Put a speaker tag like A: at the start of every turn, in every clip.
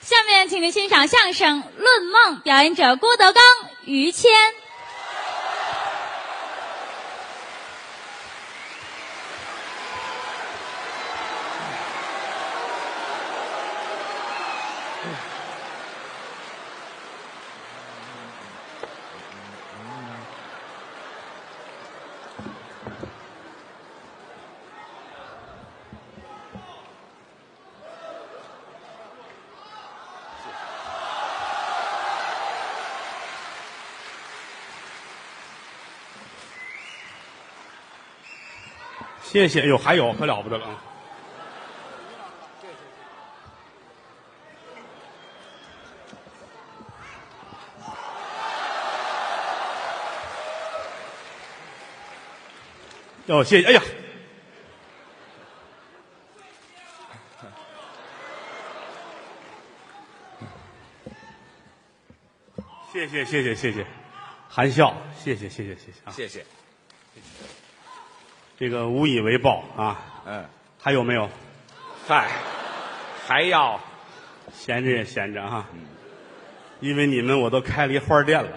A: 下面，请您欣赏相声《论梦》，表演者郭德纲、于谦。
B: 谢谢，哟，还有可了不得了啊！哟，谢谢，哎呀，谢谢谢谢谢谢，含笑，谢谢谢谢谢谢啊！
C: 谢谢。
B: 这个无以为报啊，
C: 嗯，
B: 还有没有？
C: 嗨，还要
B: 闲着也闲着啊，因为你们我都开了一花店了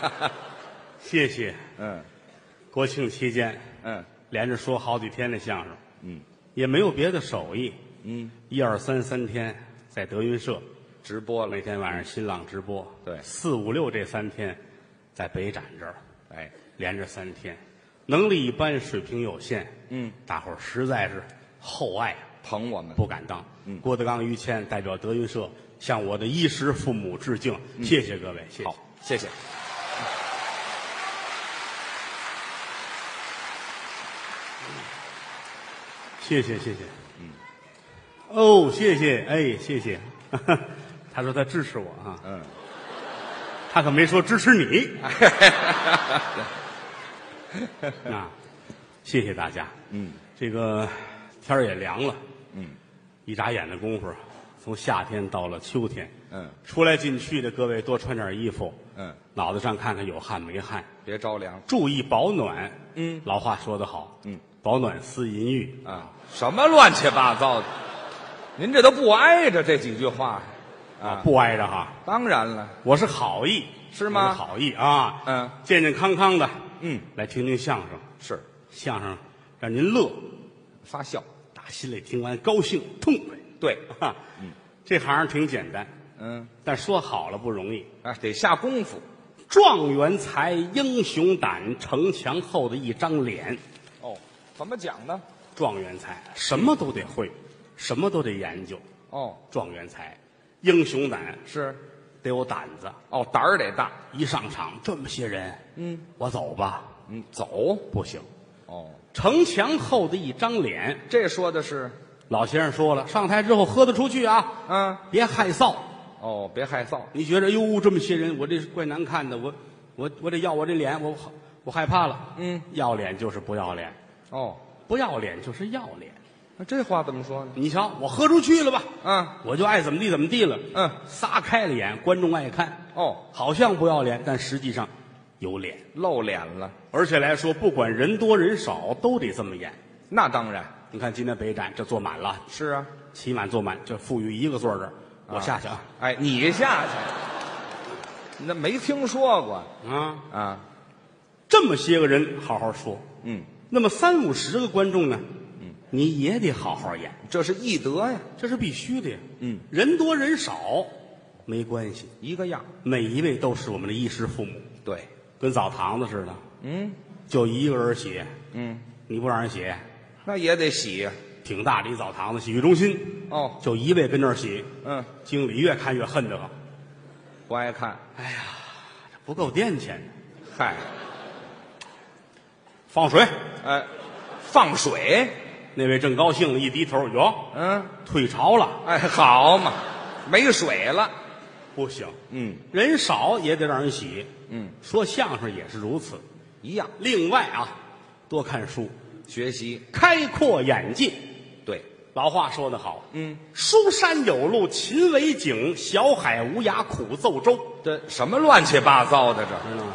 B: 啊。 谢谢，
C: 嗯
B: 国庆期间
C: 嗯
B: 连着说好几天的相声，
C: 嗯
B: 也没有别的手艺，
C: 嗯，
B: 一二三三天在德云社，
C: 直播了
B: 每，天晚上新浪直播，
C: 哦对
B: 四五六这三天在北展这儿
C: 哎，
B: 连着三天，能力一般，水平有限，
C: 嗯，
B: 大伙儿实在是厚爱啊。
C: 捧我们
B: 不敢当。
C: 嗯
B: 郭德纲、于谦代表德云社向我的衣食父母致敬，谢谢各位，谢谢
C: 嗯好。，谢谢。
B: 谢谢谢谢，嗯，哦，谢谢，哎，谢谢。 他说他支持我啊，
C: 嗯，
B: 他可没说支持 你。啊，谢谢大家。
C: 嗯，
B: 这个天儿也凉了，
C: 嗯，
B: 一眨眼的功夫，啊从夏天到了秋天，
C: 嗯
B: 出来进去的各位多穿点衣服，
C: 嗯，
B: 脑袋上看看有汗没汗，
C: 别着凉
B: 注意保暖。
C: 嗯
B: 老话说得好，
C: 嗯，
B: 保暖思淫欲。
C: 啊！什么乱七八糟的？您这都不挨着这几句话啊？
B: 不挨着哈。
C: 当然了，
B: 我是好意，
C: 是吗
B: 我是好意啊，
C: 嗯
B: 健健康康的，
C: 嗯，
B: 来听听相声，
C: 是
B: 相声让您乐，
C: 发笑，
B: 打心里听完高兴痛快。
C: 对，
B: 哈，这行儿挺简单，
C: 嗯，
B: 但说好了不容易。
C: 啊，得下功夫。
B: 状元才，英雄胆，城墙后的一张脸。
C: 哦，怎么讲呢？
B: 状元才什么都得会，什么都得研究。
C: 哦，
B: 状元才，英雄胆
C: 是，
B: 得有胆子，
C: 哦，胆儿得大。
B: 一上场这么些人，
C: 嗯，
B: 我走吧，
C: 嗯，走。
B: 不行，
C: 哦，
B: 城墙后的一张脸。
C: 这说的是，
B: 老先生说了，上台之后喝得出去啊，
C: 嗯，
B: 别害臊。
C: 哦，别害臊。
B: 你觉得哟，这么些人，我这怪难看的，我我我得要我这脸，我我害怕了。
C: 嗯，
B: 要脸就是不要脸，
C: 哦，
B: 不要脸就是要脸。
C: 那这话怎么说呢？
B: 你瞧，我喝出去了吧？
C: 啊，
B: 我就爱怎么地怎么地了。
C: 嗯
B: 撒开了眼，观众爱看，
C: 哦，
B: 好像不要脸，但实际上有脸。
C: 露脸了，
B: 而且来说，不管人多人少，都得这么演。
C: 那当然
B: 你看今天北展这坐满了，
C: 是啊。
B: 起满坐满，这富裕一个座儿这儿，我下去啊
C: 哎，你下去，那没听说过
B: 啊！
C: 啊？
B: 这么些个人好好说，
C: 嗯，
B: 那么三五十个观众呢，你也得好好演，
C: 这是艺德呀，
B: 这是必须的呀。
C: 嗯，
B: 人多人少没关系，
C: 一个样。
B: 每一位都是我们的衣食父母，
C: 对，
B: 跟澡堂子似的，
C: 嗯
B: 就一个人洗，
C: 嗯，
B: 你不让人洗，
C: 那也得洗呀。
B: 挺大的一澡堂子，洗浴中心，
C: 哦，
B: 就一位跟那儿洗，
C: 嗯，
B: 经理越看越恨这个，
C: 不爱看。
B: 这不够店钱，
C: 嗨，
B: 放水。
C: 哎，放水。
B: 那位正高兴呢，一低头，哟，
C: 嗯，
B: 退潮了，
C: 哎，好嘛，没水了。
B: 不行，
C: 嗯
B: 人少也得让人洗。
C: 嗯，
B: 说相声也是如此。
C: 一样
B: 另外啊，多看书，
C: 学习。
B: 开阔眼界。
C: 对，
B: 老话说得好，
C: 嗯，
B: 书山有路勤为径，小海无涯苦奏舟，
C: 这什么乱七八糟的这？
B: 知道吗？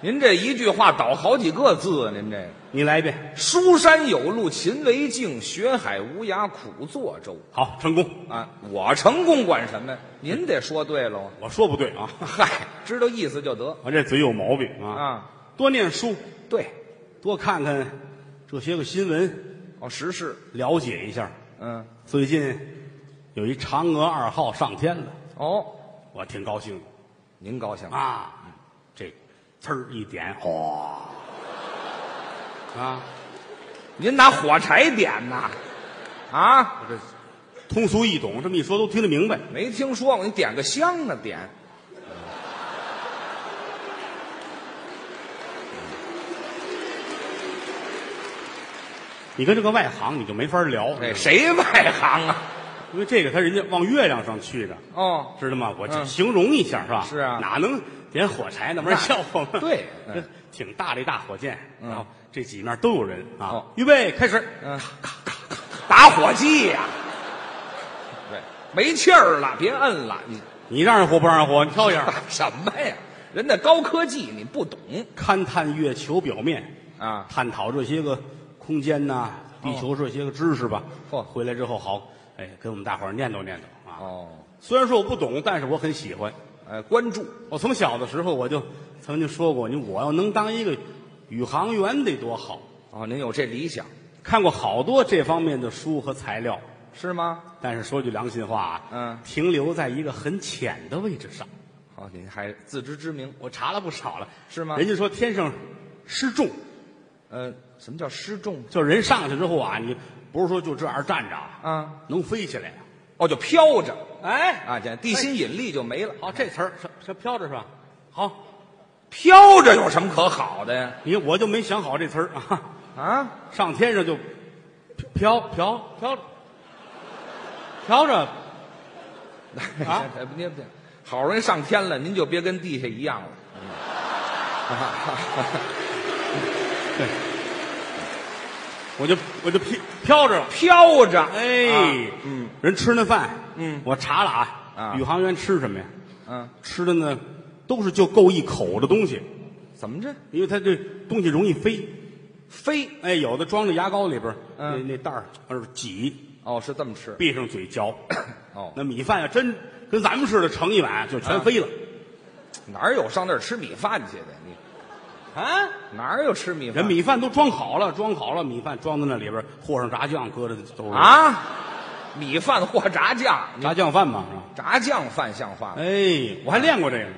C: 您这一句话倒好几个字啊！您这个
B: 你来一遍，
C: 书山有路勤为径，学海无涯苦作舟。
B: 好，成功。
C: 啊，我成功管什么呀？您得说对喽。
B: 我说不对啊，
C: 嗨，知道意思就得
B: 我这嘴有毛病啊。
C: 啊。
B: 多念书，
C: 对，
B: 多看看这些个新闻，
C: 哦，时事，
B: 了解一下。
C: 嗯，
B: 最近有一嫦娥二号上天了，
C: 哦，
B: 我挺高兴的
C: 您高兴？
B: 啊。这呲儿一点，哗、啊，
C: 您拿火柴点呐？
B: 我
C: 啊，
B: 这通俗易懂，这么一说都听得明白。
C: 没听说过，你点个香呢？点
B: 你跟这个外行你就没法聊，
C: 哎，谁外行啊？
B: 因为这个他人家往月亮上去的，
C: 哦，
B: 知道吗？我就
C: 嗯
B: 形容一下是吧？
C: 是啊
B: 哪能点火柴那玩意儿
C: 那
B: 笑话吗？
C: 对嗯
B: 这挺大的一大火箭，
C: 嗯
B: 然后这几面都有人啊
C: 哦。
B: 预备开始，
C: 嗯，打火机呀、对，没气儿了，别摁了，你
B: 你让人活不让人活？你挑一下，
C: 什么呀？人家高科技你不懂
B: 勘探月球表面，
C: 啊？
B: 探讨这些个空间呐、
C: 哦
B: 地球这些个知识吧。
C: 嚯
B: 回来之后好，哎，跟我们大伙儿念叨念叨啊。
C: 哦，
B: 虽然说我不懂，但是我很喜欢。
C: 哎，关注
B: 我从小的时候我就曾经说过，你我要能当一个宇航员得多好。
C: 哦，您有这理想
B: 看过好多这方面的书和材料，
C: 是吗？
B: 但是说句良心话啊，
C: 嗯
B: 停留在一个很浅的位置上。
C: 哦，您还自知之明。
B: 我查了不少了，
C: 是吗
B: 人家说天上失重，
C: 呃，什么叫失重
B: 就是人上去之后啊，你不是说就这样站着啊，
C: 啊？
B: 能飞起来。
C: 哦，就飘着
B: 哎，
C: 啊，这地心引力就没了。
B: 好，这词儿什什飘着是吧？好，
C: 飘着有什么可好的呀？
B: 你我就没想好这词儿啊，
C: 啊，
B: 上天上就飘飘飘着，飘着 啊
C: 您别好容易上天了，您就别跟地下一样了。
B: 我就我就飘飘着了。
C: 飘着，
B: 哎，
C: 啊嗯，
B: 人吃那饭，
C: 嗯
B: 我查了啊，
C: 啊
B: 宇航员吃什么呀？
C: 嗯，
B: 吃的呢，都是就够一口的东西，
C: 怎么着？
B: 因为它这东西容易飞。
C: 飞？
B: 哎，有的装在牙膏里边，
C: 嗯
B: 那那袋儿往上挤，
C: 哦，是这么吃。
B: 闭上嘴嚼。
C: 哦，
B: 那米饭要真跟咱们似的盛一碗，就全
C: 啊
B: 飞了。
C: 哪有上那儿吃米饭去的？你
B: 啊，
C: 哪有吃米饭？
B: 人米饭都装好了，装好了，米饭装在那里边，和上炸酱，搁着都是，
C: 啊，米饭或炸酱，
B: 炸酱饭嘛是吧？
C: 炸酱饭像话吗？
B: 哎，我还练过这个呢。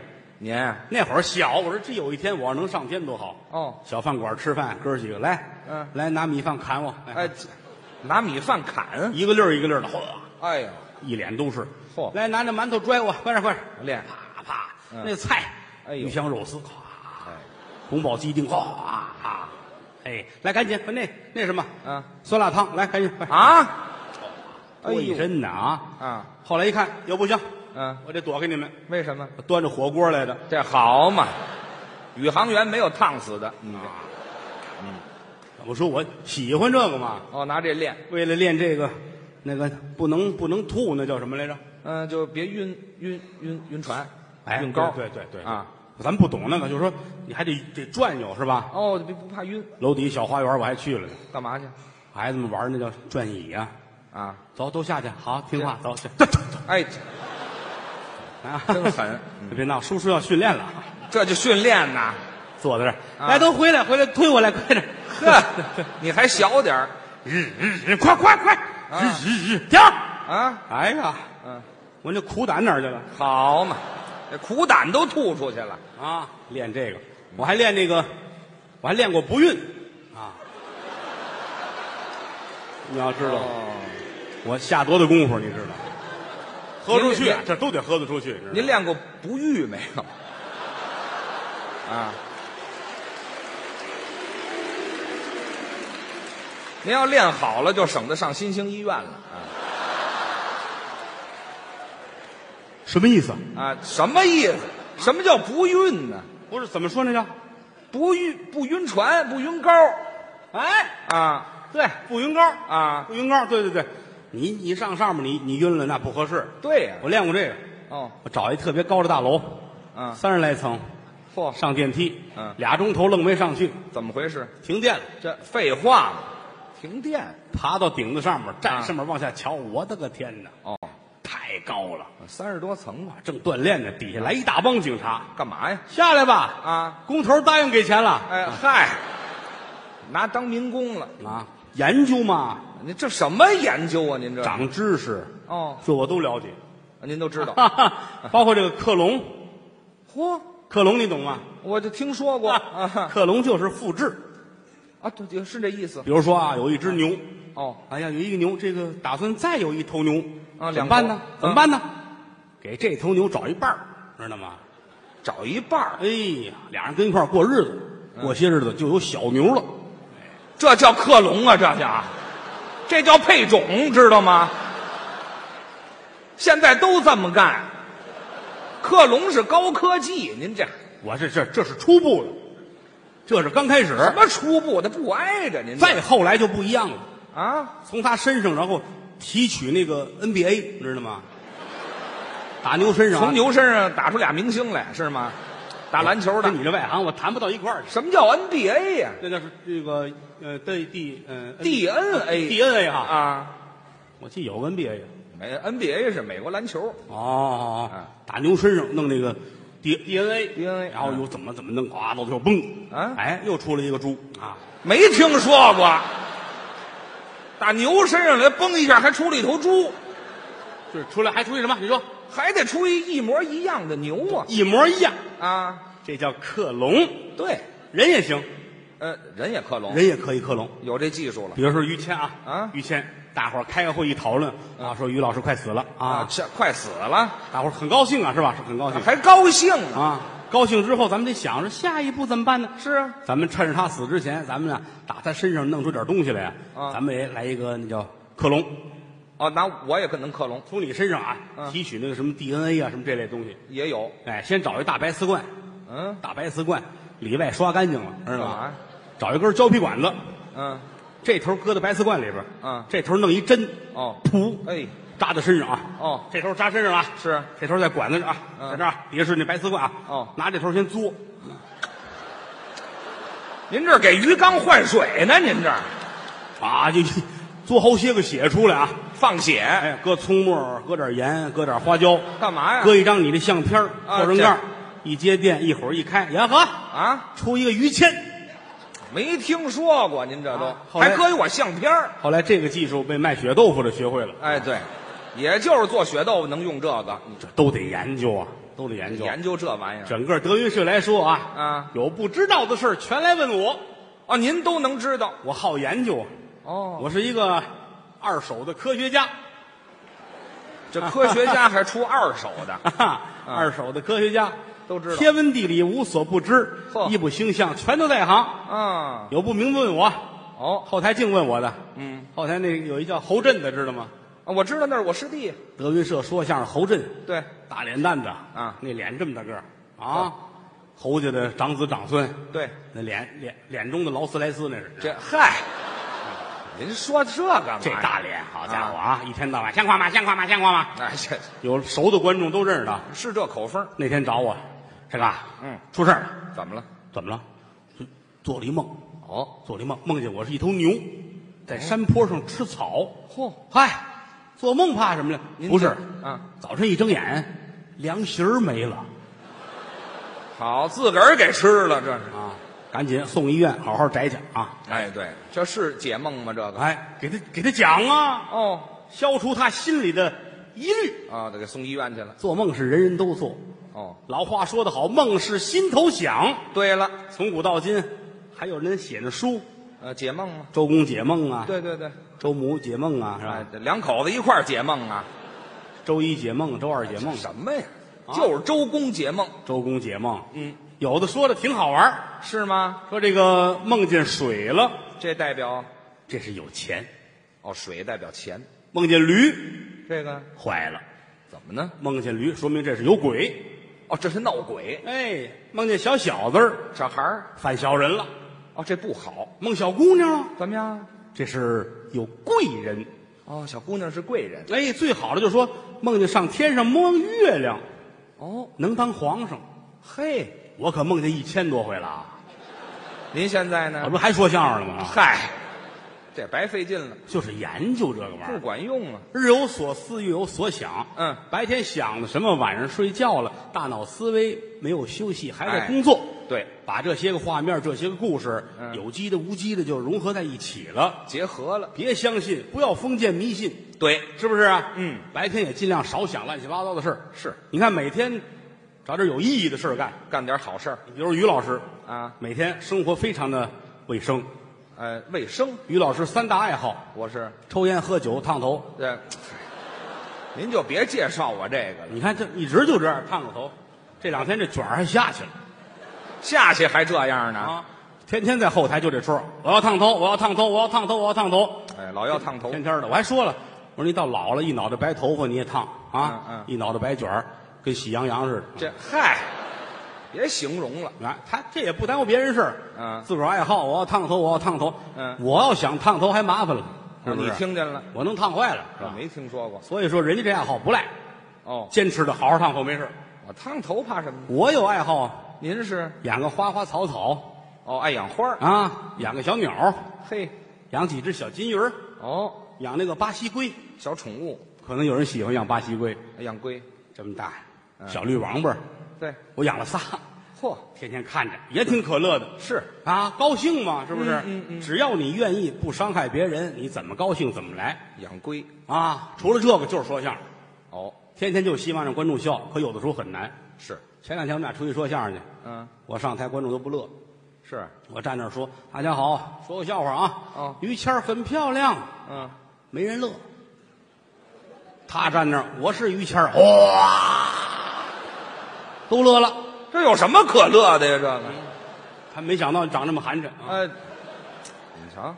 C: 您
B: 那会儿小，我说这有一天我要能上天多好。
C: 哦，
B: 小饭馆吃饭，哥儿几个来，
C: 嗯
B: 来拿米饭砍我，
C: 哎，，这拿米饭砍，
B: 一个粒儿一个粒儿的，哗，
C: 哎呦，
B: 一脸都是。
C: 嚯
B: 来拿着馒头拽我，快点快点，
C: 练
B: 啪啪，
C: 嗯
B: 那菜，
C: 哎呦
B: 鱼香肉丝，咵，
C: 哎，
B: 宫保鸡丁，咵，哎，来赶紧把那那什么，
C: 嗯，
B: 酸辣汤，来赶紧快，
C: 啊，哎
B: 多一
C: 呦
B: 身的啊。
C: 啊，
B: 后来一看，又不行，
C: 嗯，
B: 我得躲开你们，
C: 为什么？
B: 我端着火锅来的，
C: 这好嘛，宇航员没有烫死的。嗯，
B: 嗯我说我喜欢这个嘛，
C: 哦，拿这练，
B: 为了练这个，那个不能不能吐，那叫什么来着？
C: 嗯，就别晕晕晕晕船，
B: 哎，
C: 晕高。
B: 对对对对
C: 啊，
B: 咱们不懂那个，就是说你还得得转悠是吧？
C: 哦，别不怕晕，
B: 楼底小花园我还去了呢，
C: 干嘛去？
B: 孩子们玩那叫转椅啊，
C: 啊，
B: 走都下去，好听话，走去，
C: 哎，
B: 啊，
C: 真狠，
B: 别闹，叔叔要训练了，
C: 这就训练呐。
B: 坐在这儿，
C: 啊
B: 来都回来回来推我来，快点，
C: 呵，你还小点儿
B: 日日日，嗯快快快，
C: 啊
B: 日日日，停！
C: 啊？
B: 哎呀，
C: 嗯，
B: 我那苦胆哪儿去了
C: 好嘛，这苦胆都吐出去了。
B: 啊？练这个，我还练那个，我还练过不孕啊。你要知道，
C: 哦，
B: 我下多大功夫，你知道？喝出去
C: 您您，
B: 这都得喝得出去。你知道吗
C: 您练过不育没有？啊？您要练好了，就省得上新兴医院了啊
B: 什么意思？
C: 啊啊！什么意思？什么叫不孕呢？
B: 不是怎么说那叫？
C: 不晕不晕船，不晕高
B: 哎，
C: 啊
B: 对，不晕高，
C: 啊！
B: 不晕高，对对对，你你上上面你你晕了那不合适。
C: 对呀、
B: 我练过这个，
C: 哦，
B: 我找一特别高的大楼，
C: 嗯
B: 三十来层，
C: 嚯，
B: 上电梯，
C: 嗯
B: 俩钟头愣没上去，
C: 怎么回事？
B: 停电了，
C: 这废话嘛，停电
B: 爬到顶子上面，
C: 啊
B: 站上面往下瞧，我的个天哪，
C: 哦，
B: 太高了！
C: 三十多层吧，
B: 正锻炼呢，底下来一大帮警察，
C: 干嘛呀？
B: 下来吧！
C: 啊，
B: 工头答应给钱了
C: 哎嗨，拿当民工了，
B: 啊，研究嘛，
C: 您这什么研究啊？您这
B: 长知识，
C: 哦，
B: 这我都了解，
C: 您都知道。
B: 哈哈，包括这个克隆，
C: 嚯，
B: 克隆你懂吗？
C: 我就听说过啊
B: 克隆就是复制，
C: 啊，对，对是这意思
B: 比如说啊，有一只牛，
C: 哦。
B: 哎呀，有一个牛，这个打算再有一头牛
C: 啊
B: 怎么
C: 两头
B: 办呢？
C: 嗯
B: 怎么办呢？给这头牛找一半儿知道吗？
C: 找一半儿，
B: 哎呀，俩人跟一块儿过日子，
C: 嗯
B: 过些日子就有小牛了。
C: 这叫克隆啊，这叫，这叫配种，知道吗？现在都这么干，克隆是高科技，您这
B: 我这这这是初步的，这是刚开始，
C: 什么初步的不挨着您这
B: 再后来就不一样了。
C: 啊？
B: 从他身上，然后提取那个 NBA，你知道吗？打牛身上啊，
C: 从牛身上打出俩明星来是吗？打篮球的
B: 跟，你这外行，我谈不到一块儿去。
C: 什么叫 NBA 呀、
B: 那叫是这个呃，D D 呃
C: DNA
B: DNA
C: 啊？
B: 哈，我记得有个 NBA
C: 美 NBA 是美国篮球，
B: 哦
C: 嗯，
B: 打牛身上弄那个 D DNA
C: DNA
B: 然后又怎么怎么弄，啊，到最后嘣，
C: 嗯啊
B: 哎，又出来一个猪啊，
C: 没听说过。打牛身上来崩一下，还出了一头猪，
B: 就是出来还出去什么？你说
C: 还得出一一模一样的牛啊！
B: 一模一样，
C: 啊，
B: 这叫克隆，
C: 对，
B: 人也行，
C: 呃，人也克隆，
B: 人也可以克隆。
C: 有这技术了
B: 比如说于谦啊，
C: 啊
B: 于谦，大伙儿开个会议讨论啊，说于老师快死了啊，
C: 这快死了，
B: 大伙儿很高兴啊，是吧？是很高兴
C: 还高兴呢。
B: 啊，高兴之后咱们得想着下一步怎么办呢？
C: 是啊，
B: 咱们趁着他死之前，咱们呢打他身上弄出点东西来啊，
C: 啊
B: 咱们也来一个那叫克隆，
C: 哦，那我也可能克隆，
B: 从你身上啊、
C: 嗯
B: 提取那个什么 DNA 啊什么这类东西，
C: 也有，
B: 哎，先找一大白瓷罐，
C: 嗯，
B: 大白瓷罐里外刷干净了，知道
C: 干嘛
B: 吗
C: 呀？
B: 找一根胶皮管子，
C: 嗯，
B: 这头搁在白瓷罐里边，
C: 嗯
B: 这头弄一针，
C: 哦，
B: 噗，
C: 哎，
B: 扎在身上啊，
C: 哦
B: 这头扎身上了啊，
C: 是
B: 这头在管子上啊，
C: 嗯
B: 在这儿啊底下是那白瓷罐啊，
C: 哦
B: 拿这头先嘬，
C: 您这给鱼缸换水呢？您这
B: 啊，就嘬好些个血出来啊，
C: 放血、
B: 哎，搁葱末儿，搁点盐，搁点花椒，
C: 干嘛呀？
B: 搁一张你的相片儿
C: 哎啊
B: 照成样儿，一接电一会儿一开，呀呵，
C: 啊，
B: 出一个于谦。
C: 没听说过，您这都、
B: 啊后来
C: 还搁一我相片儿
B: 后来这个技术被卖血豆腐的学会了，
C: 哎，对，也就是做血豆腐能用这个，
B: 这都得研究啊，都得研究。
C: 研究这玩意儿
B: 整个德云社来说啊，
C: 啊
B: 有不知道的事儿全来问我，
C: 哦，您都能知道
B: 我好研究啊，
C: 哦。
B: 我是一个二手的科学家。
C: 这科学家还出二手 的，
B: 哈哈，二手的科学家
C: 啊都知道
B: 天文地理无所不知，
C: 嚯
B: 一不星象全都在行。
C: 啊，
B: 有不明白问我，
C: 哦，
B: 后台净问我的。
C: 嗯，
B: 后台那个有一叫侯震的，知道吗？
C: 啊我知道那是我师弟，
B: 德云社说相声侯震，
C: 对，
B: 大脸蛋子
C: 啊
B: 那脸这么大个儿啊，侯家的长子长孙，
C: 对，
B: 那脸脸脸中的劳斯莱斯那是。
C: 这嗨，您说这干嘛？
B: 这大，脸，好家伙啊！一天到晚像话吗？像话吗？像话吗？
C: 哎，这
B: 有熟的观众都认识他。
C: 是这口风儿，
B: 那天找我，这个，
C: 嗯，
B: 出事儿了，
C: 怎么了？
B: 怎么了？就做了一梦，
C: 哦，
B: 做了一梦，梦见我是一头牛，在山坡上吃草。
C: 哎嚯，
B: 嗨，做梦怕什么呀？
C: 您
B: 不
C: 这
B: 是，
C: 啊，
B: 早晨一睁眼，凉席儿没了
C: 好，自个儿给吃了，这是。
B: 啊！赶紧送医院，好好摘去啊！
C: 哎，对，这是解梦吗？这个？
B: 哎，给他给他讲啊，
C: 哦，
B: 消除他心里的疑虑。
C: 啊，得给送医院去了。
B: 做梦是人人都做，
C: 哦，
B: 老话说得好，梦是心头想。
C: 对了，
B: 从古到今，还有人写那书，
C: 呃，解梦吗？
B: 周公解梦啊，
C: 对对对，
B: 周母解梦啊，是
C: 哎
B: 吧？，
C: 这两口子一块儿解梦啊？
B: 周一解梦，周二解梦，啊
C: 什么呀？就是周公解梦，
B: 周公解梦。
C: 嗯，
B: 有的说的挺好玩儿
C: 是吗？
B: 说这个梦见水了，
C: 这代表
B: 这是有钱；
C: 哦，水代表钱，
B: 梦见驴
C: 这个
B: 坏了，
C: 怎么呢？
B: 梦见驴说明这是有鬼。
C: 哦，这是闹鬼，
B: 哎，梦见小小子儿
C: 小孩儿
B: 犯小人了，
C: 哦，这不好，
B: 梦小姑娘了，
C: 怎么样？
B: 这是有贵人。
C: 哦，小姑娘是贵人
B: 哎，最好的就是说梦见上天上摸月亮，
C: 哦，
B: 能当皇上。
C: 嘿，
B: 我可梦见一千多回了啊！
C: 您现在
B: 我
C: 呢？
B: 不还说相声呢吗？
C: 嗨，这白费劲了，
B: 就是研究这个玩意
C: 不
B: 儿，
C: 管用了。
B: 日有所思，夜有所想。
C: 嗯，
B: 白天想的什么，晚上睡觉了，大脑思维没有休息，还在
C: 哎
B: 工作。
C: 对，
B: 把这些个画面、这些个故事，
C: 嗯
B: 有机的、无机的，就融合在一起了。
C: 结合了，
B: 别相信，不要封建迷信，
C: 对，
B: 是不是啊？
C: 嗯，
B: 白天也尽量少想乱七八糟的事儿。
C: 是
B: 你看每天找点有意义的事儿干。
C: 干点好事儿
B: 比如于老师，
C: 啊，
B: 每天生活非常的卫生。
C: 呃，卫生，
B: 于老师三大爱好：
C: 我是
B: 抽烟、喝酒、烫头。
C: 这，您就别介绍我这个了，
B: 你看这一直就这样烫个头，这两天这卷儿还下去了
C: 下去还这样呢。
B: 啊！天天在后台就这出儿，我要烫头，我要烫头，我要烫头，我要烫头，
C: 哎，老要烫头，
B: 天天的。我还说了，我说你到老了，一脑袋白头发你也烫啊，
C: 嗯嗯
B: 一脑袋白卷儿，跟喜羊羊似的。
C: 这嗨，别形容了，
B: 啊，他这也不耽误别人事儿，
C: 嗯
B: 自个儿爱好，我要烫头，我要烫头，
C: 嗯
B: 我要想烫头还麻烦了，是不
C: 啊你
B: 是？啊
C: 听嗯见了？
B: 我能烫坏了，是
C: 我
B: 吧？
C: 没听说过
B: 所以说人家这爱好不赖，
C: 哦，
B: 坚持的好好烫头没事儿。
C: 我烫头怕什么？
B: 我有爱好啊，
C: 您是
B: 养个花花草草
C: 哦，爱养花儿，
B: 啊，养个小鸟儿，
C: 嘿，
B: 养几只小金鱼儿，
C: 哦，
B: 养那个巴西龟，
C: 小宠物，
B: 可能有人喜欢养巴西龟，
C: 养龟，
B: 这么大
C: 嗯
B: 小绿王八儿，
C: 对，
B: 我养了仨，
C: 嚯，
B: 天天看着也挺可乐的。
C: 是
B: 啊，高兴嘛，是不是？
C: 嗯嗯嗯
B: 只要你愿意，不伤害别人，你怎么高兴怎么来
C: 养龟，
B: 啊！除了这个就是说相声，
C: 哦，
B: 天天就希望让观众笑，可有的时候很难。
C: 是，
B: 前两天我们俩出去说相声去，
C: 嗯，
B: 我上台观众都不乐，
C: 是，
B: 我站那儿说：“大家好，说个笑话啊！
C: 哦
B: 于谦儿很漂亮，
C: 嗯，
B: 没人乐。他站那儿，我是于谦儿，哇，都乐了。
C: 这有什么可乐的呀？这个，
B: 他没想到你长这么寒碜啊！
C: 呃，你瞧，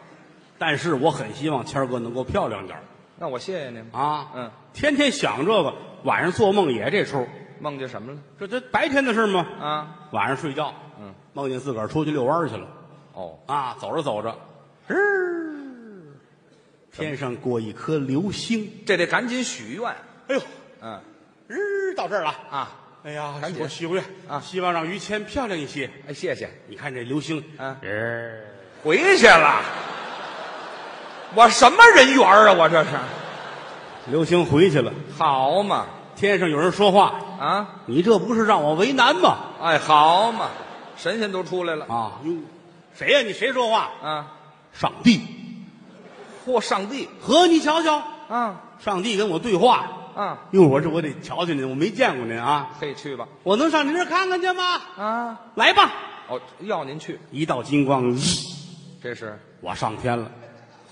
B: 但是我很希望谦儿哥能够漂亮点儿
C: 那我谢谢您。
B: 啊。
C: 嗯，
B: 天天想这个，晚上做梦也这出。
C: 梦见什么了？
B: 这这白天的事吗？
C: 啊，
B: 晚上睡觉，
C: 嗯，
B: 梦见自个儿出去遛弯儿去了
C: 哦，
B: 啊，走着走着，
C: 是，
B: 天上过一颗流星，
C: 这得赶紧许愿。
B: 哎呦，
C: 嗯
B: 日到这儿了啊！
C: 啊，
B: 哎呀，
C: 赶紧
B: 我许个愿
C: 啊
B: 希望让于谦漂亮一些。
C: 哎，谢谢，
B: 你看这流星，
C: 嗯
B: 嗯，
C: 回去了。我什么人缘啊？我这是
B: 流星回去了。
C: 好嘛
B: 天上有人说话，
C: 啊，
B: 你这不是让我为难吗？
C: 哎，好嘛，神仙都出来了
B: 啊，哟，谁呀、你谁说话？
C: 啊！
B: 上帝
C: 嚯，上帝
B: 和你瞧瞧，
C: 啊
B: 上帝跟我对话。
C: 啊，
B: 哟，我这我得瞧瞧您，我没见过您啊，
C: 可以去吧
B: 我能上您这儿看看去吗？
C: 啊！
B: 来吧！
C: 哦，要您去，
B: 一道金光，
C: 这是
B: 我上天了。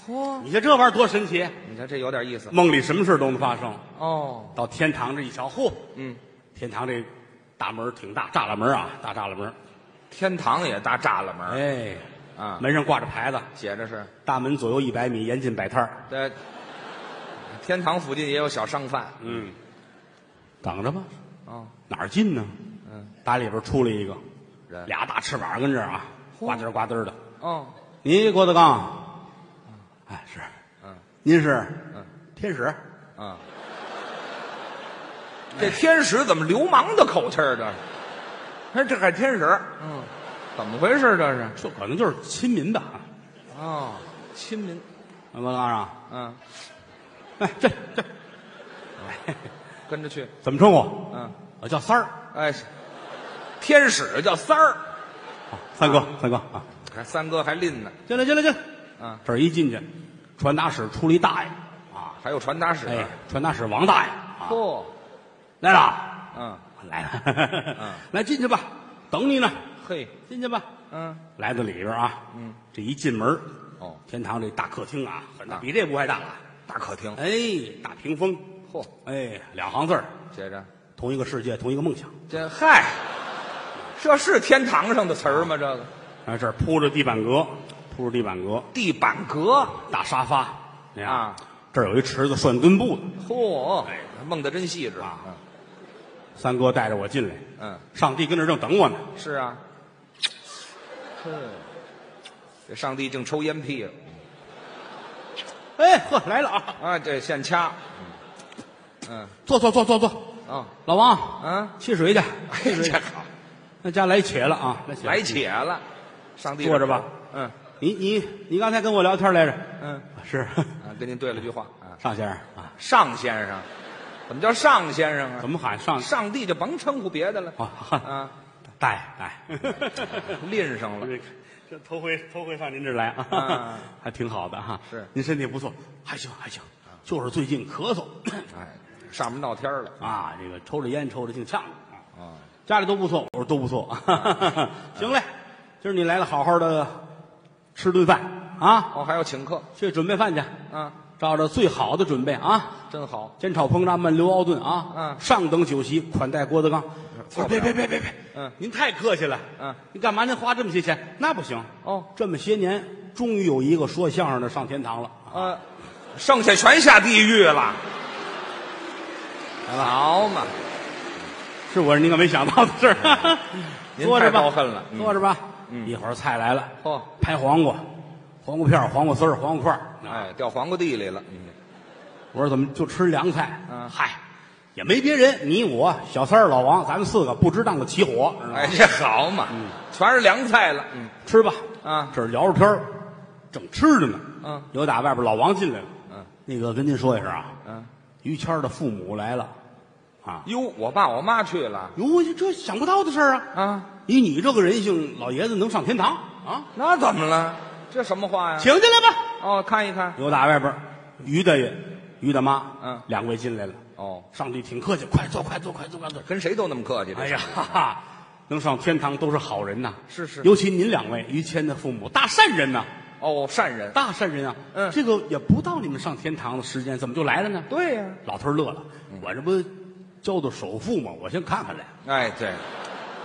C: 嚯，
B: 你看这玩意儿多神奇！
C: 你看这有点意思
B: 梦里什么事都能发生。
C: 哦。
B: 到天堂这一瞧，嚯，
C: 嗯，
B: 天堂这大门儿挺大，栅栏门儿啊，大栅栏门儿。
C: 天堂也搭栅栏门儿
B: 哎，
C: 啊，
B: 门上挂着牌子，
C: 写着是
B: 大门左右一百米，严禁摆摊儿。
C: 在天堂附近也有小商贩
B: 嗯，等着吧，
C: 啊，
B: 哪儿进呢？
C: 嗯，
B: 打里边出来一个，
C: 人
B: 俩大翅膀跟这儿啊，
C: 嚯
B: 呱嘚呱嘚的。
C: 哦，
B: 您郭德纲，哎是，
C: 嗯
B: 您是
C: 嗯
B: 天使，
C: 啊，这天使怎么流氓的口气儿？这是，哎，这还天使？嗯，怎么回事？这是
B: 这可能就是亲民吧。啊
C: 哦，亲民，
B: 郭德纲啊，
C: 嗯，哦
B: 哎这这
C: 跟着去，
B: 怎么称呼？
C: 嗯，
B: 我叫三儿，
C: 哎，天使叫三儿，
B: 啊三哥三哥啊，
C: 还三哥还拎呢，
B: 进来进来进来。
C: 嗯，
B: 这儿一进去，传达室出了一大爷啊，
C: 还有传达使，
B: 哎，传达室王大爷啊，
C: 嚯，
B: 来了。
C: 嗯，
B: 来了，
C: 嗯
B: 来进去吧，等你呢，
C: 嘿，
B: 进去吧。
C: 嗯，
B: 来到里边啊，
C: 嗯，
B: 这一进门，
C: 哦，
B: 天堂这大客厅啊，很大，
C: 啊
B: 比这屋还大了。
C: 大客厅，
B: 哎，大屏风，
C: 嚯，
B: 哎，两行字儿，
C: 接着。
B: 同一个世界，同一个梦想。
C: 这嗨，这是天堂上的词儿吗？这个
B: 啊，这儿铺着地板革，铺着地板革，
C: 地板革，
B: 大沙发，你看
C: 啊，
B: 这儿有一池子涮墩布的。
C: 嚯
B: 哎，
C: 梦得真细致
B: 啊！三哥带着我进来，
C: 嗯，
B: 上帝跟这儿正等我呢。
C: 嗯是啊，
B: 嗯
C: 哼，这上帝正抽烟屁了
B: 哎，呵，来了啊，
C: 啊！这现掐，嗯
B: 坐坐坐坐坐，
C: 嗯啊
B: 老王，
C: 啊！
B: 沏水去，
C: 哎
B: 沏水去
C: 这。好，
B: 那家来且了啊，来且了
C: 来且了，上帝
B: 坐着吧。
C: 嗯
B: 你你你刚才跟我聊天来着？
C: 嗯，
B: 是
C: 啊，跟您对了句话啊，
B: 尚先生啊，
C: 上先生，怎么叫上先生啊
B: 怎？么喊尚？
C: 上帝就甭称呼别的了
B: 啊
C: 啊，
B: 大爷大爷，
C: 拎上了，
B: 这 这头回头回上您这儿来啊
C: 啊，
B: 还挺好的哈。
C: 是
B: 您身体不错，还行还行，就是最近咳 嗽
C: 哎，上面闹天儿了
B: 啊，这个抽着烟抽着挺呛的啊。
C: 啊，
B: 家里都不错，我说都不 错。行嘞，今儿你来了，好好的吃顿饭啊，
C: 哦，还要请客
B: 去准备饭去，
C: 啊，
B: 照着最好的准备啊。
C: 真好，
B: 煎炒烹炸焖溜熬炖啊，
C: 嗯
B: 上等酒席款待郭德纲。啊
C: 错不了
B: 别别别别别，
C: 嗯
B: 您太客气了，
C: 嗯，
B: 您干嘛您花这么些钱？那不行
C: 哦
B: 这么些年，终于有一个说相声的上天堂了，
C: 呃，剩下全下地狱了，
B: 来吧，
C: 好嘛，
B: 是我您可没想到的事儿。
C: 嗯 您
B: 坐着
C: 太
B: 吧，
C: 高恨了嗯
B: 坐着吧。
C: 嗯哦
B: 一会儿菜来了，
C: 嚯
B: 拍黄瓜，黄瓜片儿、黄瓜丝儿、黄瓜块儿。
C: 哎，掉黄瓜地里了，嗯
B: 我说怎么就吃凉菜？
C: 嗯
B: 嗨，也没别人，你我小三儿、老王，咱们四个不值当的起火，知道吗
C: 哎，这好嘛，全是凉菜了，嗯，
B: 吃吧，
C: 啊
B: 这儿聊着天儿正吃着呢，
C: 嗯
B: 有打外边老王进来了，
C: 嗯，
B: 那个跟您说一声啊，
C: 嗯，
B: 于谦儿的父母来了，啊，
C: 哟，我爸我妈去了
B: 哟，这想不到的事儿啊，
C: 啊，
B: 以你这个人性，老爷子能上天堂啊？
C: 那怎么了？这什么话呀？
B: 请进来吧。
C: 哦，看一看，
B: 有打外边，于大爷、于大妈，
C: 嗯
B: 两位进来了，
C: 哦，
B: 上帝挺客气，快坐，快坐，快坐，快坐。
C: 跟谁都那么客气，这
B: 哎呀，哈哈，能上天堂都是好人呐，
C: 是是
B: 尤其您两位，于谦的父母，大善人呐。
C: 哦，善人，
B: 大善人啊，
C: 嗯
B: 这个也不到你们上天堂的时间，怎么就来了呢？
C: 对呀，
B: 老头儿乐了，
C: 嗯
B: 我这不交的首付吗？我先看看来，
C: 哎，对，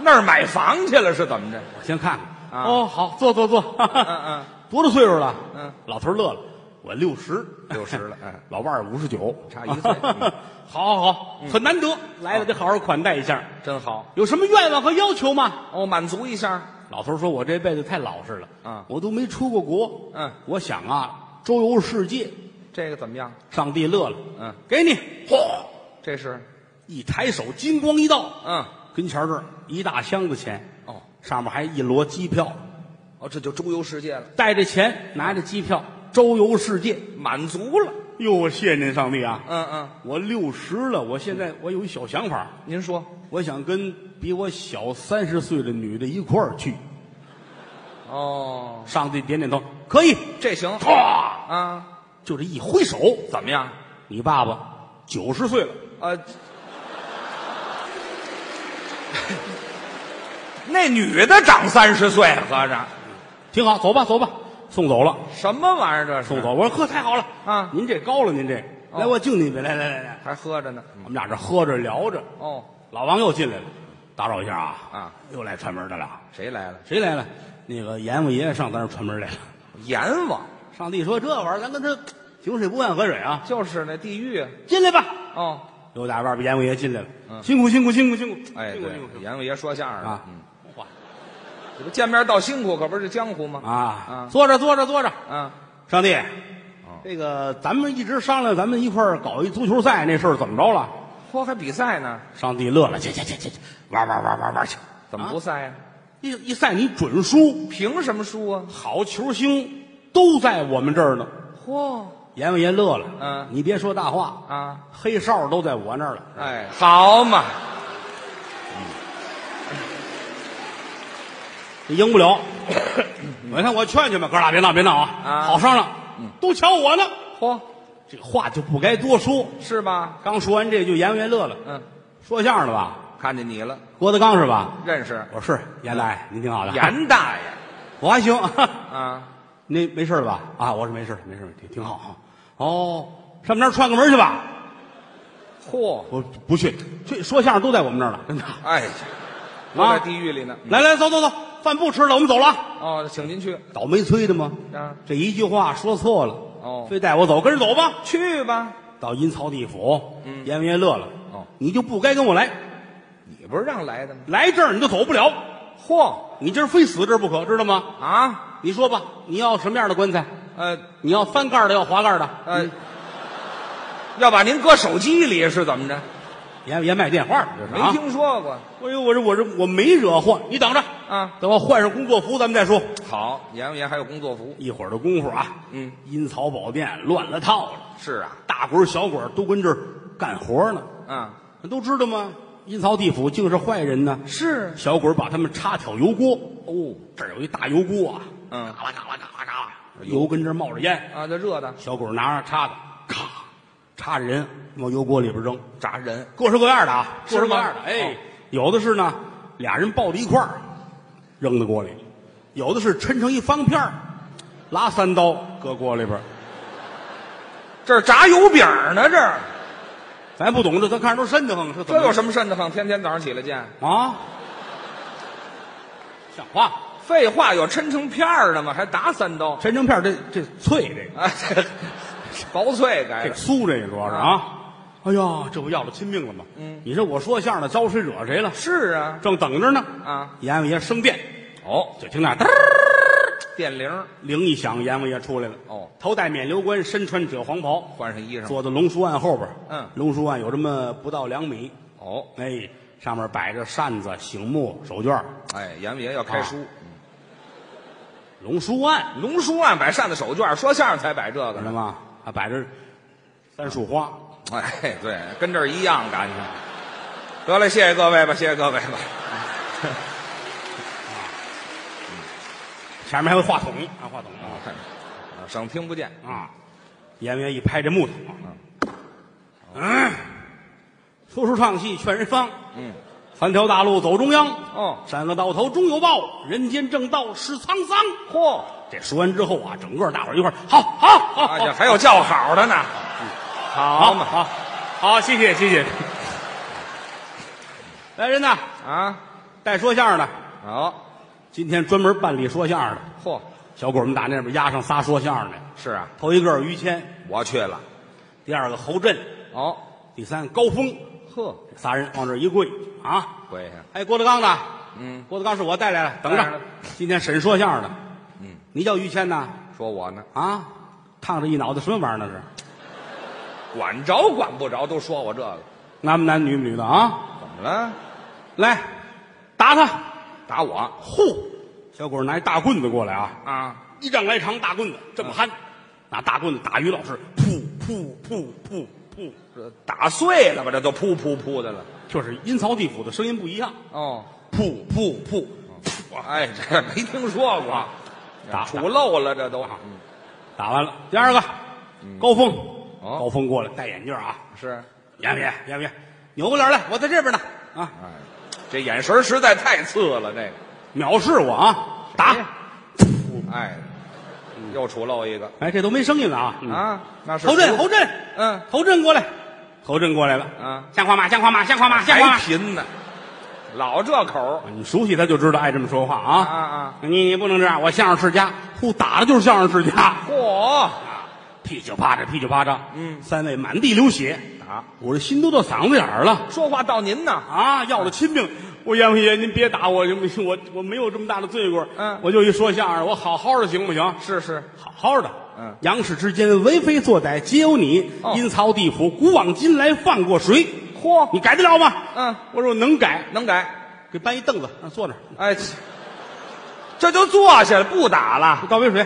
C: 那儿买房去了是怎么着？
B: 我先看看。
C: 嗯啊
B: 哦，好，坐坐坐。
C: 嗯嗯，
B: 多大岁数了？
C: 嗯，
B: 老头儿乐了，我六十，
C: 60了哎
B: 老伴儿五十九，
C: 差一岁嗯
B: 好好好，很难得来了，得好好款待一下。
C: 真好，
B: 有什么愿望和要求吗？
C: 哦，满足一下，
B: 老头儿说：“我这辈子太老实了，
C: 嗯
B: 我都没出过国，
C: 嗯
B: 我想啊，周游世界。”
C: 这个怎么样？
B: 上帝乐了，
C: 嗯，
B: 给你，嚯，
C: 这是，
B: 一抬手，金光一道，
C: 嗯，
B: 跟前儿这儿一大箱子钱，
C: 哦，
B: 上面还一摞机票，
C: 哦，这就周游世界了，
B: 带着钱，拿着机票，周游世界。
C: 满足了，
B: 哟，我谢谢您，上帝啊！
C: 嗯嗯，
B: 我六十了，我现在我有一小想法，
C: 您说，
B: 我想跟比我小三十岁的女的一块儿去。
C: 哦，
B: 上帝点点头，可以。
C: 这行
B: 唰，
C: 啊，
B: 就这一挥手，
C: 怎么样？
B: 你爸爸九十岁了，
C: 呃， 那女的长三十岁，合着
B: 挺好，走吧，走吧，送走了。
C: 什么玩意儿？这是
B: 送走。我说呵，太好了
C: 啊
B: 您这高了，您这
C: 哦
B: 来，我敬您一杯，来来来来，
C: 还喝着呢。
B: 我们俩这喝着聊着，
C: 哦，
B: 老王又进来了，打扰一下啊
C: 啊，
B: 又来串门的了，
C: 谁来了？
B: 谁来了？那个阎王爷上咱这串门来了。
C: 阎王
B: 上帝说这玩意儿咱跟他井水不犯河水啊，
C: 就是那地狱。
B: 进来吧。
C: 哦，
B: 又打外边阎王爷进来了，
C: 嗯
B: 辛苦辛苦辛苦辛苦，
C: 哎，
B: 辛苦
C: 对
B: 辛苦，辛
C: 阎王爷说相声
B: 苦
C: 的
B: 啊
C: 嗯，
B: 哇
C: 这不见面道辛苦，可不是江湖吗？
B: 啊，
C: 啊
B: 坐着坐着坐着，
C: 啊，
B: 上帝。
C: 哦
B: 这个咱们一直商量，咱们一块儿搞一足球赛，那事儿怎么着了？
C: 嚯，还比赛呢？
B: 上帝乐了，去去去去去，玩玩玩玩玩去。
C: 怎么不
B: 啊
C: 赛呀？
B: 一一赛你准输，
C: 凭什么输啊？
B: 好球星都在我们这儿呢。
C: 嚯
B: 阎王爷乐了，
C: 嗯
B: 你别说大话，
C: 啊！
B: 黑哨都在我那儿了。
C: 哎，好嘛，
B: 你赢不 了。我看我劝劝吧，哥俩别闹别闹啊，
C: 啊
B: 好商量，都瞧我呢。
C: 嚯，
B: 这个话就不该多说。
C: 是吧？
B: 刚说完这句，阎王爷乐了，
C: 嗯，
B: 说相声的吧？
C: 看见你了，
B: 郭德纲是吧？
C: 认识
B: 我说是阎大
C: 嗯
B: 爷，您挺好的。
C: 严大爷
B: 我还行，
C: 啊？
B: 那没事了吧？啊，我说没事，没事，挺挺好啊。哦，上我们那儿串个门去吧。
C: 嚯，
B: 我不去，去说相声都在我们那儿了，真的。
C: 哎，都在地狱里呢。
B: 来来，走走走，饭不吃了，我们走了啊。
C: 哦，请您去
B: 倒霉催的吗？
C: 啊，
B: 这一句话说错了，
C: 哦
B: 非带我走，跟人走吧。
C: 去吧。
B: 到阴曹地府，
C: 嗯
B: 阎王爷乐了，
C: 哦，
B: 你就不该跟我来，
C: 你不是让来的吗？
B: 来这儿你就走不了，
C: 嚯
B: 你今儿非死这儿不可，知道吗？
C: 啊！
B: 你说吧，你要什么样的棺材？
C: 呃
B: 你要翻
C: 嗯
B: 盖的，要滑盖的，
C: 呃，要把您搁手机里是怎么着？
B: 也也买电话了，这是
C: 没
B: 啊！
C: 听说过
B: 哎呦，我这我这我没惹祸，你等着，
C: 啊。
B: 等我换上工作服咱们再说。
C: 好，演不演还有工作服？
B: 一会儿的功夫啊，
C: 嗯，
B: 阴曹宝殿乱了套了，
C: 是啊，
B: 大鬼儿小鬼儿都跟这儿干活呢。
C: 啊，
B: 都知道吗？阴曹地府竟是坏人呢。
C: 是
B: 小鬼儿把他们插挑油锅，
C: 哦，
B: 这儿有一大油锅啊，
C: 嗯
B: 嘎啦嘎啦嘎啦嘎啦，油跟这儿冒着烟。
C: 啊，这热的
B: 小鬼儿拿着叉子，咔，插着人往油锅里边扔，
C: 炸人
B: 各式各样的啊，
C: 是
B: 各
C: 吗
B: 式各样的。哎
C: 哦，
B: 有的是呢，俩人抱在一块儿扔到锅里，有的是抻成一方片儿拉三刀搁锅里边儿。
C: 这儿炸油饼呢，这儿
B: 咱不懂这，咱看着都瘆得慌，这怎
C: 这有什
B: 么
C: 么瘆得慌？天天早上起来见，
B: 啊？像话吗？
C: 废话，有抻成片儿的吗？还打三刀？
B: 抻成片儿这这脆这个
C: 啊，这 薄脆改
B: 这个
C: 的
B: 酥这个主要是啊。哎呀，这不要了亲命了吗？
C: 嗯，
B: 你说我说相声的招谁惹谁了？
C: 是啊，
B: 正等着呢
C: 啊！
B: 阎王爷升殿，
C: 哦，
B: 就听那嘚儿
C: 电铃儿
B: 铃一响，阎王爷出来了。
C: 哦
B: 头戴冕旒冠，身穿赭黄袍，
C: 换上衣裳
B: 坐在龙书案后边。
C: 嗯
B: 龙书案有这么不到两米，
C: 哦，
B: 哎，上面摆着扇子、醒目、手绢儿。
C: 哎，阎王爷要开书，
B: 龙书案，
C: 龙书案摆扇子手绢，说相声才摆这个
B: 知
C: 呢。
B: 道吗？还摆着三束花，
C: 哎，对，跟这儿一样感情。得了，谢谢各位吧，谢谢各位吧。
B: 前面还有话筒，啊，话筒啊。
C: 啊，省听不见。
B: 啊，演员一拍这木头，嗯，说书唱戏劝人方，
C: 嗯，
B: 三条大路走中央，
C: 哦，
B: 善恶到头终有报，人间正道是沧桑。
C: 嚯，
B: 这说完之后啊，整个大伙儿一块儿，好好好，
C: 啊，这还有叫好的呢。
B: 好
C: 嘛
B: 好，好，谢谢谢谢。来人呐，
C: 啊，
B: 带说相声的，
C: 好，
B: 今天专门办理说相声的，
C: 嚯，
B: 小鬼儿们打那边压上仨说相声的，
C: 是啊，
B: 头一个是于谦，
C: 我去了。
B: 第二个侯震，
C: 哦，
B: 第三个高峰，
C: 呵，
B: 仨人往这儿一跪啊，
C: 跪下。
B: 哎，郭德纲呢？
C: 嗯，
B: 郭德纲是我带来的，等
C: 带来
B: 着
C: 了。
B: 今天沈说相声的，
C: 嗯，
B: 你叫于谦呐？
C: 说我呢，
B: 啊，烫着一脑袋什么玩意儿那是？
C: 管着管不着，都说我这个，
B: 男不男女不女的啊？
C: 怎么了？
B: 来，打他！
C: 打我
B: 呼，小鬼儿拿一大棍子过来啊，
C: 啊？
B: 一丈来长大棍子，这么
C: 嗯
B: 憨，拿大棍子打于老师，噗噗噗噗噗，
C: 这打碎了吧？这都噗噗噗的了。
B: 就是阴曹地府的声音不一样，
C: 哦，
B: 噗噗噗，
C: 哎，这没听说过，
B: 打
C: 杵漏了，这都
B: 啊打完了。第二个，高峰，
C: 嗯哦
B: 高峰过来戴眼镜啊，
C: 是。
B: 阎王爷，阎王爷，扭过脸来，我在这边呢啊！
C: 哎，这眼神实在太次了，这个。
B: 藐视我啊！
C: 谁呀
B: 打！
C: 哎，又杵漏一个
B: 哎，这都没声音了啊！嗯
C: 啊？那是
B: 侯震，侯震，
C: 嗯，
B: 侯震过来，侯震过来了。
C: 嗯，
B: 像话吗？像话吗？像话吗？像话
C: 还
B: 吗？
C: 贫呢，老这口儿
B: 你熟悉他就知道爱这么说话
C: 啊
B: 啊！
C: 啊！
B: 你你不能这样，我相声世家，呼打的就是相声世家，
C: 嚯，
B: 噼里啪嚓，噼里啪嚓，
C: 啊嗯
B: 三位满地流血，
C: 打
B: 我这心都到嗓子眼儿了
C: 啊说话到您呢，
B: 啊！要了亲命，我阎王爷您别打我，行不行？我我没有这么大的罪过，
C: 嗯
B: 我就一说相声，我好好的行不行？
C: 是是，
B: 好好的，
C: 嗯
B: 杨氏之间为非作歹，皆有你。
C: 哦
B: 阴曹地府，古往今来放过谁？
C: 嚯，
B: 你改得了吗？
C: 嗯，
B: 我说我能改，
C: 能改，
B: 给搬一凳子，让坐那儿，
C: 哎，这就坐下了，不打了，
B: 倒杯水。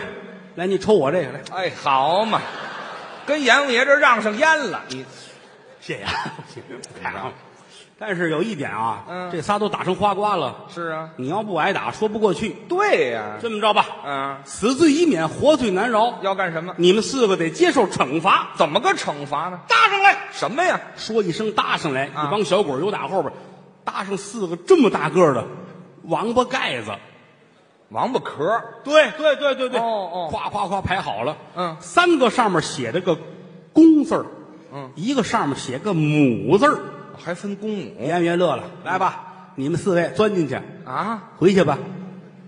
B: 来，你抽我这个来，
C: 哎，好嘛，跟阎王爷这让上烟了，你
B: 谢谢啊，谢谢太好了。但是有一点啊，
C: 嗯
B: 这仨都打成花瓜了，
C: 是啊，
B: 你要不挨打说不过去。
C: 对呀，
B: 这么着吧，
C: 嗯，
B: 死罪已免，活罪难饶，
C: 要干什么？
B: 你们四个得接受惩罚。
C: 怎么个惩罚呢？
B: 搭上来，
C: 什么呀？
B: 说一声搭上来，
C: 啊
B: 一帮小鬼儿又打后边，搭上四个这么大个儿的王八盖子。
C: 王八壳儿，
B: 对对对对对，
C: 哦哦
B: 夸夸夸排好了，
C: 嗯
B: 三个上面写着个公字儿，
C: 嗯，
B: 一个上面写个母字儿。
C: 还分公母
B: 阎王爷乐了，哦来吧，你们四位钻进去，
C: 啊？
B: 回去吧，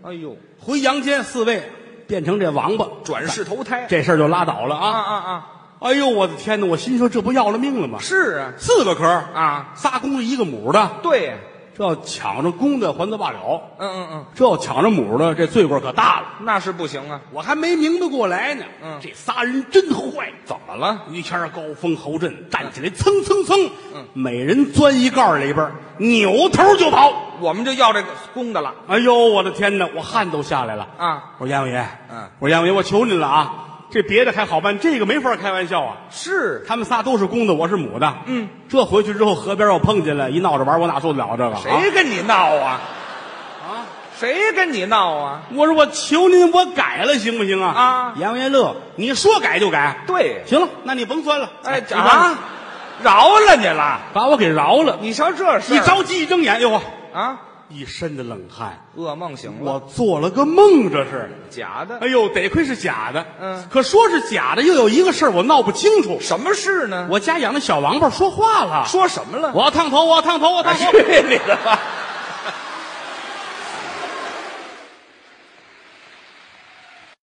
C: 哎呦，
B: 回阳间，四位变成这王八，
C: 转世投胎，
B: 这事儿就拉倒了
C: 啊
B: 啊！
C: 啊啊，
B: 哎呦，我的天哪，我心说这不要了命了吗？
C: 是啊
B: 四个壳儿，
C: 啊，
B: 仨公的一个母的，
C: 对呀，
B: 这要抢着公的还则罢了，
C: 嗯嗯嗯，
B: 这要抢着母的，这罪过可大了。
C: 那是不行啊。
B: 我还没明白过来呢。
C: 嗯
B: 这仨人真坏。
C: 怎么了？
B: 于谦儿高峰侯震站起来，蹭蹭蹭，
C: 嗯
B: 每人钻一盖儿里边儿，扭头就跑。
C: 我们就要这个公的了
B: 哎呦，我的天哪！我汗都下来了。
C: 啊！
B: 我说阎王爷，
C: 嗯
B: 我说阎王爷，我求您了啊！这别的还好办，这个没法开玩笑啊。
C: 是
B: 他们仨都是公的，我是母的。
C: 嗯，
B: 这回去之后，河边要碰见了，一闹着玩儿，我哪受得了这个？啊
C: 谁跟你闹啊？
B: 啊！
C: 谁跟你闹啊？
B: 我说我求您，我改了行不行啊？
C: 啊
B: 阎王爷乐，你说改就改。
C: 对，
B: 行了，那你甭钻了。
C: 哎
B: 你钻吧
C: 啊，饶了你了！
B: 把我给饶了。
C: 你瞧这事儿
B: 一着急一睁眼，哎呦呵，
C: 啊，
B: 一身的冷汗。
C: 噩梦醒了，
B: 我做了个梦，这是。
C: 假的。
B: 哎呦，得亏是假的。
C: 嗯
B: 可说是假的，又有一个事儿我闹不清楚。
C: 什么事呢？
B: 我家养的小王八说话了，
C: 说什么了？哎
B: 我要烫头，我要烫头，我要烫头。
C: 去你的吧！